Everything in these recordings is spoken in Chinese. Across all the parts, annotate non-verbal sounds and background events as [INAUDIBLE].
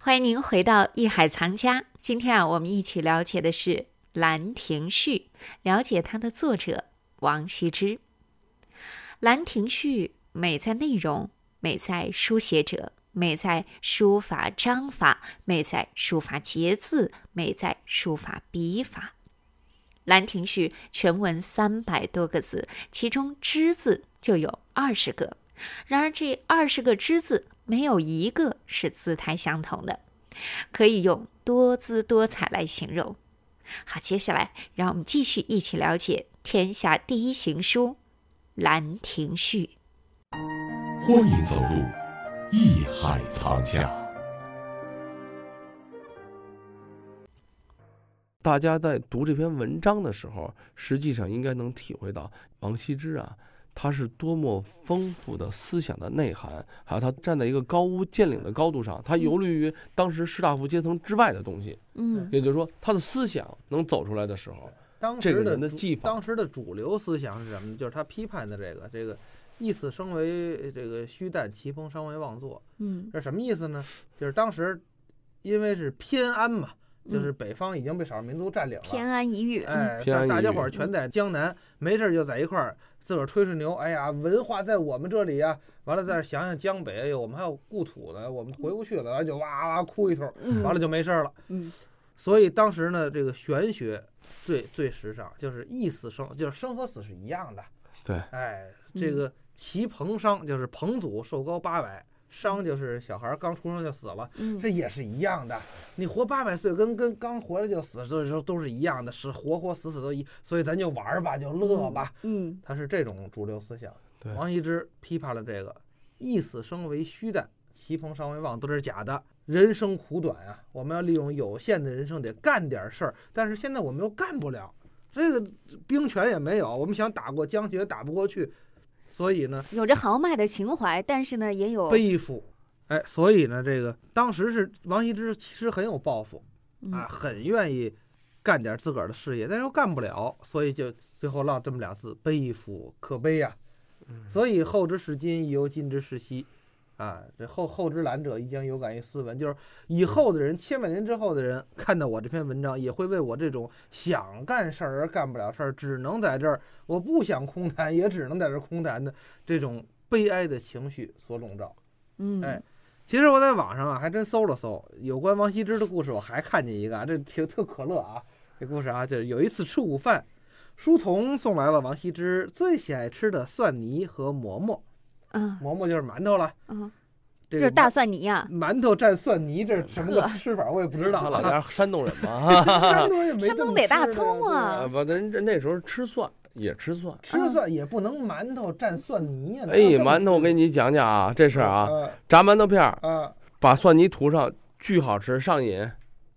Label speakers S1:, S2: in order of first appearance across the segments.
S1: 欢迎您回到《艺海藏家》。今天啊，我们一起了解的是《兰亭序》，了解它的作者王羲之。《兰亭序》美在内容，美在书写者，美在书法章法，美在书法节字，美在书法笔法。《兰亭序》全文三百多个字，其中“之”字就有二十个。然而，这二十个“之”字没有一个是字态相同的，可以用多姿多彩来形容。好，接下来让我们继续一起了解天下第一行书《兰亭序》。
S2: 欢迎走入艺海藏家。
S3: 大家在读这篇文章的时候，实际上应该能体会到王羲之啊，他是多么丰富的思想的内涵，还有他站在一个高屋建瓴的高度上，他游离于当时士大夫阶层之外的东西。
S1: 嗯
S3: 也就是说，他的思想能走出来的时候，
S4: 当
S3: 这
S4: 时
S3: 个
S4: 的
S3: 人的
S4: 主
S3: 技法
S4: 当时的主流思想是什么呢？就是他批判的这个这个“意此生为呃这个虚诞，其风伤为妄作
S1: 嗯”，
S4: 这什么意思呢？就是当时因为是偏安嘛，就是北方已经被少数民族占领了，
S5: 嗯偏安一隅。
S4: 哎，
S3: 偏
S4: 大
S3: 安
S4: 大
S3: 一
S4: 家
S3: 隅
S4: 伙儿全在江南，没事儿就在一块儿自个儿吹吹牛。哎呀，文化在我们这里啊，完了再想想江北，哎呦，我们还有故土呢，我们回不去了，完了就哇哇哭一通，
S5: 嗯
S4: 完了就没事儿了。
S5: 嗯，
S4: 所以当时呢，这个玄学最最时尚，就是一死生，就是生和死是一样的。
S3: 对，
S4: 哎，这
S5: 嗯
S4: 个齐彭商就是彭祖寿高八百，商就是小孩儿刚出生就死了，
S5: 嗯
S4: 这也是一样的。你活八百岁跟跟刚活着就死，所以说都是一样的，是活活死死都一，所以咱就玩儿吧，就乐吧。
S5: 嗯
S4: 他是这种主流思想。
S3: 对
S4: 王羲之批判了这个“一死生为虚诞，其朋尚为妄”，都是假的。人生苦短啊，我们要利用有限的人生得干点事儿，但是现在我们又干不了，这个兵权也没有，我们想打过江也打不过去，所以呢，
S5: 有着豪迈的情怀，但是呢，也
S1: 哦
S5: 有
S4: 背负。哎，所以呢，这个当时是王羲之其实很有抱负
S5: 嗯
S1: 嗯
S4: 啊，很愿意干点自个儿的事业，但是又干不了，所以就最后落这么俩字：背负，可悲呀、所以后之视今，亦犹今之视昔，啊，这后后之览者，亦将有感于斯文。就是以后的人，千百年之后的人，看到我这篇文章，也会为我这种想干事儿而干不了事儿，只能在这儿，我不想空谈，也只能在这儿空谈的这种悲哀的情绪所笼罩。
S5: 嗯
S4: 哎其实我在网上啊，还真搜了搜有关王羲之的故事，我还看见一个啊，这挺特可乐啊。这故事啊，就是有一次吃午饭，书童送来了王羲之最喜爱吃的蒜泥和馍馍，
S5: 啊
S4: 馍馍就是馒头了。
S5: 嗯，
S4: 这
S5: 这
S4: 个
S5: 是大蒜泥啊呀，
S4: 馒头蘸蒜泥，这是什么个吃法？我也不知道
S3: 他
S4: 啊。
S3: 老
S4: [LAUGHS]
S3: 家山东人嘛，
S4: 山东人也没
S5: 山
S4: 这
S5: 东
S4: 么
S5: 得大
S4: 吃的
S5: 葱啊
S3: 啊，不，那这那时候吃蒜也吃蒜。
S4: 对吃蒜也不能馒头蘸蒜泥呀。
S3: 哎，馒头，我给你讲讲啊，这事儿啊，
S4: 啊
S3: 炸馒头片儿，
S4: 啊，
S3: 把蒜泥涂上，巨好吃，上瘾，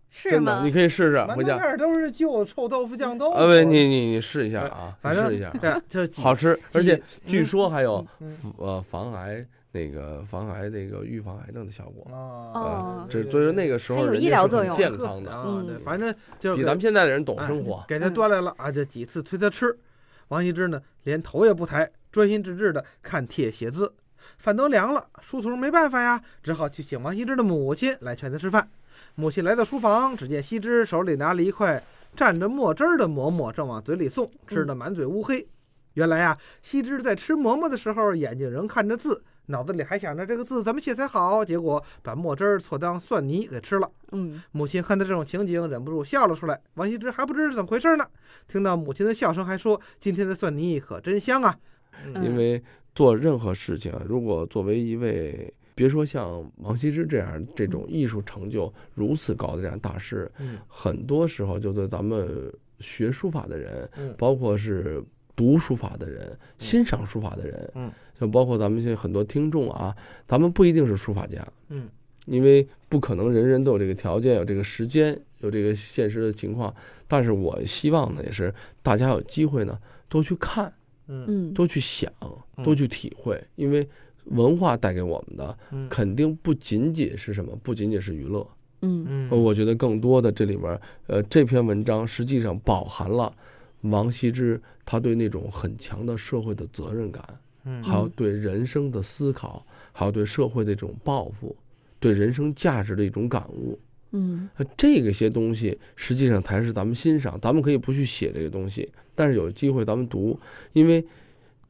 S5: 是
S3: 真的，
S5: 吗
S3: 你？可以试试
S4: 馒头
S3: 回
S4: 片
S3: 家。
S4: 儿都是就臭豆腐酱豆腐。
S3: 啊，不，你你你试一下啊，
S4: 反正
S3: 试一下，
S4: 这这几
S3: 好吃，而且据
S4: 嗯
S3: 说还有
S4: 嗯
S3: 呃防癌那个防癌那个预防癌症的效果。
S4: 啊
S5: 哦，
S3: 这
S4: 对
S3: 所以说
S4: 对
S3: 那个时
S5: 还
S3: 候
S5: 有
S3: 人
S5: 医
S3: 家
S5: 疗
S3: 是
S5: 作
S3: 很
S5: 用
S3: 健康的，
S4: 啊，对，
S5: 嗯
S4: 反正就是
S3: 比
S4: 给
S3: 咱们现在的人懂生活
S4: 哎。给他端来了啊，这几次推他吃，王羲之呢连头也不抬，专心致志的看帖写字。饭都凉了，书童没办法呀，只好去请王羲之的母亲来劝他吃饭。母亲来到书房，只见羲之手里拿了一块蘸着墨汁儿的馍馍，正往嘴里送，吃得满嘴乌黑。原来啊，羲之在吃馍馍的时候，眼睛仍看着字，脑子里还想着这个字怎么写才好，结果把墨汁儿错当蒜泥给吃了。
S5: 嗯
S4: 母亲看到这种情景，忍不住笑了出来。王羲之还不知是怎么回事呢，听到母亲的笑声，还说：“今天的蒜泥可真香啊！”
S5: 嗯
S3: 因为做任何事情，如果作为一位，别说像王羲之这样这种艺术成就如此高的这样大师，
S4: 嗯
S3: 很多时候就对咱们学书法的人，
S4: 嗯
S3: 包括是读书法的人、欣赏书法的人，
S4: 嗯，
S3: 就包括咱们现在很多听众啊，咱们不一定是书法家，
S4: 嗯，
S3: 因为不可能人人都有这个条件、有这个时间、有这个现实的情况，但是我希望呢，也是大家有机会呢多去看。
S4: 嗯
S5: 嗯
S3: 多去想，多去体会，因为文化带给我们的
S4: 嗯
S3: 肯定不仅仅是什么，不仅仅是娱乐。
S5: 嗯
S3: 呃
S4: 嗯
S3: 我觉得更多的这里边儿，呃，这篇文章实际上饱含了王羲之他对那种很强的社会的责任感，
S4: 嗯
S3: 还有对人生的思考，还有对社会的这种抱负。对人生价值的一种感悟。
S5: 嗯
S3: 那这个些东西实际上才是咱们欣赏，咱们可以不去写这个东西，但是有机会咱们读，因为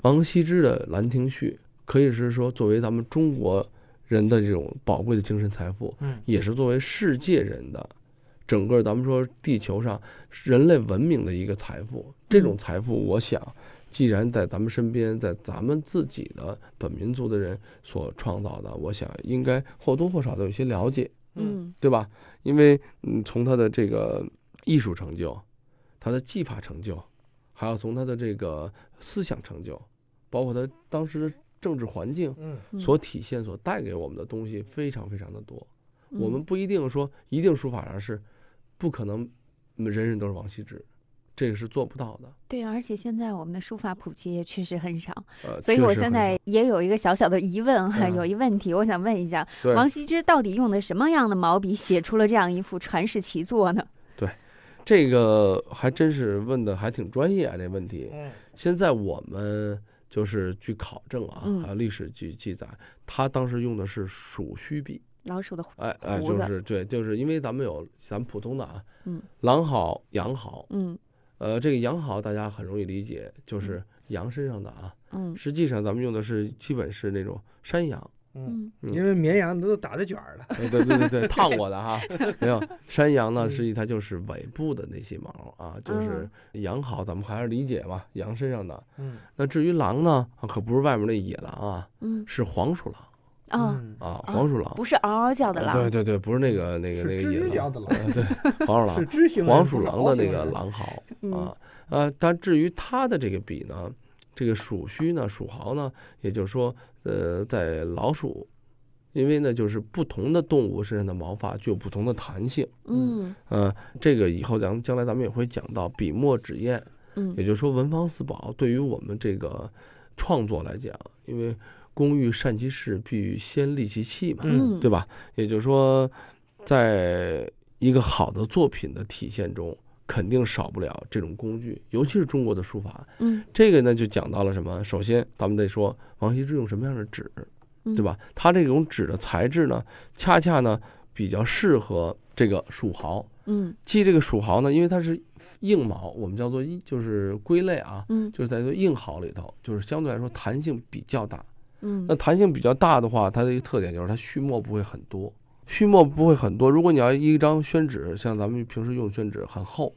S3: 王羲之的《兰亭序》可以是说作为咱们中国人的这种宝贵的精神财富，
S4: 嗯
S3: 也是作为世界人的整个咱们说地球上人类文明的一个财富。这种财富，我想，既然在咱们身边，在咱们自己的本民族的人所创造的，我想应该或多或少的有些了解。
S5: 嗯
S3: 对吧？因为嗯，从他的这个艺术成就，他的技法成就，还有从他的这个思想成就，包括他当时的政治环境
S4: 嗯
S5: 嗯
S3: 所体现、所带给我们的东西，非常非常的多。我们
S5: 嗯
S3: 不一定说一定书法上是不可能，嗯人人都是王羲之，这个是做不到的。
S5: 对，而且现在我们的书法普及也确实很少，
S3: 呃，
S5: 所以
S3: 确
S5: 我
S3: 实
S5: 现
S3: 很
S5: 在
S3: 少
S5: 也有一个小小的疑问哈，
S3: 嗯
S5: 有一问题我想问一下，
S3: 对
S5: 王羲之到底用的什么样的毛笔写出了这样一幅传世奇作呢？ [LAUGHS]
S3: 这个还真是问的还挺专业啊，这问题。
S4: 嗯
S3: 现在我们就是据考证啊，
S5: 嗯
S3: 还有历史记记载，他当时用的是鼠须笔，
S5: 老鼠的虎，
S3: 哎哎，
S5: 胡
S3: 就
S5: 子
S3: 是对，就是因为咱们有咱们普通的啊，
S5: 嗯，
S3: 狼毫、羊毫，
S5: 嗯
S3: 呃，这个羊毫大家很容易理解，就是羊身上的啊，
S5: 嗯
S3: 实际上咱们用的是基本是那种山羊，
S4: 嗯，
S5: 嗯
S3: 嗯
S4: 因为绵羊都打着卷儿的，
S3: 哎 [LAUGHS] 对对对对，烫我
S5: [LAUGHS]
S3: 的哈，没有山羊呢，
S4: 嗯
S3: 实际它就是尾部的那些毛啊，
S5: 嗯
S3: 就是羊毫，咱们还是理解吧，羊身上的。
S4: 嗯
S3: 那至于狼呢，啊可不是外面那野狼啊，
S5: 嗯
S3: 是黄鼠狼。
S5: 哦，
S4: 嗯
S3: 啊，
S5: 啊
S3: 黄鼠狼
S5: 不是嗷嗷叫的
S3: 啊
S5: 狼，
S3: 对对对，不是那个那个
S4: 是
S3: 那个
S4: 知
S3: 野
S4: 了
S3: 狼，
S4: 的狼，
S3: 呃对，
S4: [LAUGHS]
S3: 黄鼠
S4: 是
S3: 狼，
S4: 知性人
S3: 黄鼠
S4: 不是
S3: 狼的那
S4: 性
S3: 个
S4: 人
S3: 狼嚎
S5: 嗯
S3: 啊啊，但至于它的这个笔呢，这个鼠须呢，鼠毫呢，也就是说，呃，在老鼠，因为呢，就是不同的动物身上的毛发具有不同的弹性，
S5: 嗯
S3: 呃，这个以后咱们将来咱们也会讲到笔墨纸砚，
S5: 嗯
S3: 也就是说文房四宝对于我们这个创作来讲，因为工欲善其事，必欲先利其器嘛，
S5: 嗯，
S3: 对吧？也就是说，在一个好的作品的体现中，肯定少不了这种工具，尤其是中国的书法。
S5: 嗯
S3: 这个呢，就讲到了什么？首先，咱们得说王羲之用什么样的纸，
S5: 嗯
S3: 对吧？他这种纸的材质呢，恰恰呢比较适合这个蜀毫。
S5: 嗯
S3: 记这个蜀毫呢，因为它是硬毛，我们叫做一就是归类啊，
S5: 嗯
S3: 就是在做硬毫里头，就是相对来说弹性比较大。
S5: 嗯
S3: 那弹性比较大的话，它的一个特点就是它续墨不会很多，续墨不会很多。如果你要一张宣纸，像咱们平时用的宣纸很厚，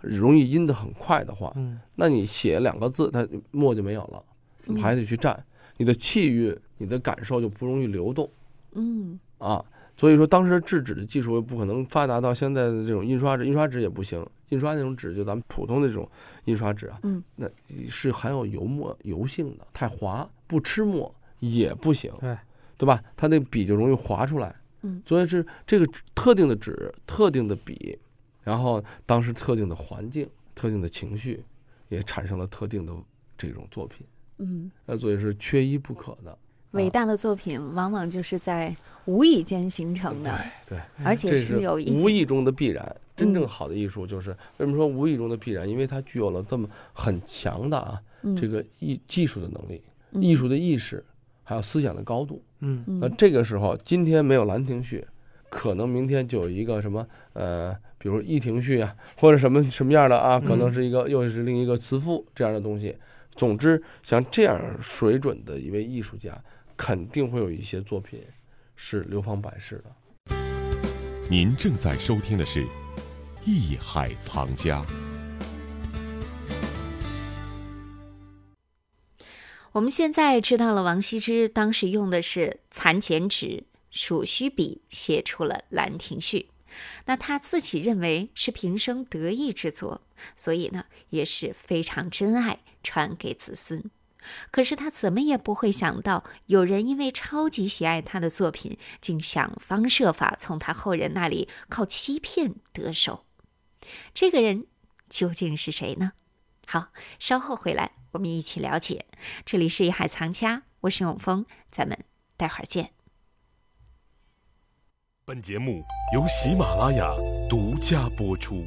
S3: 容易印得很快的话，
S4: 嗯
S3: 那你写两个字，它墨就没有了，
S5: 嗯
S3: 还得去蘸，你的气韵、你的感受就不容易流动
S5: 嗯
S3: 啊。所以说，当时制纸的技术也不可能发达到现在的这种印刷纸，印刷纸也不行，印刷那种纸就咱们普通的这种印刷纸啊，
S5: 嗯，
S3: 那是含有油墨油性的，太滑不吃墨也不行。
S4: 对
S3: 对吧？它那笔就容易划出来。
S5: 嗯
S3: 所以是这个特定的纸、特定的笔，然后当时特定的环境、特定的情绪，也产生了特定的这种作品。
S5: 嗯，
S3: 那所以是缺一不可的。
S5: 伟
S3: 啊
S5: 大的作品往往就是在无意间形成的，
S3: 对，
S5: 而且
S3: 这是
S5: 有一
S3: 无
S5: 种
S3: 意中的必然。真正
S5: 嗯
S3: 好的艺术就是为什么说无意中的必然？因为它具有了这么很强的啊
S5: 嗯
S3: 这个艺技术的能力、
S5: 嗯
S3: 艺术的意识，还有思想的高度。
S4: 嗯
S5: 嗯
S3: 那这个时候，今天没有《兰亭序》，可能明天就有一个什么呃，比如《易亭序》啊，或者什么什么样的啊，可能
S5: 嗯
S3: 是一个、又是另一个词赋这样的东西。总之，像这样水准的一位艺术家，肯定会有一些作品是流芳百世的。
S2: 您正在收听的是《艺海藏家》。
S1: 我们现在知道了，王羲之当时用的是蚕茧纸、鼠须笔写出了《兰亭序》，那他自己认为是平生得意之作，所以呢也是非常珍爱，传给子孙。可是他怎么也不会想到，有人因为超级喜爱他的作品，竟想方设法从他后人那里靠欺骗得手。这个人究竟是谁呢？好，稍后回来我们一起了解。这里是《艺海藏家》，我是永峰，咱们待会儿见。
S2: 本节目由喜马拉雅独家播出。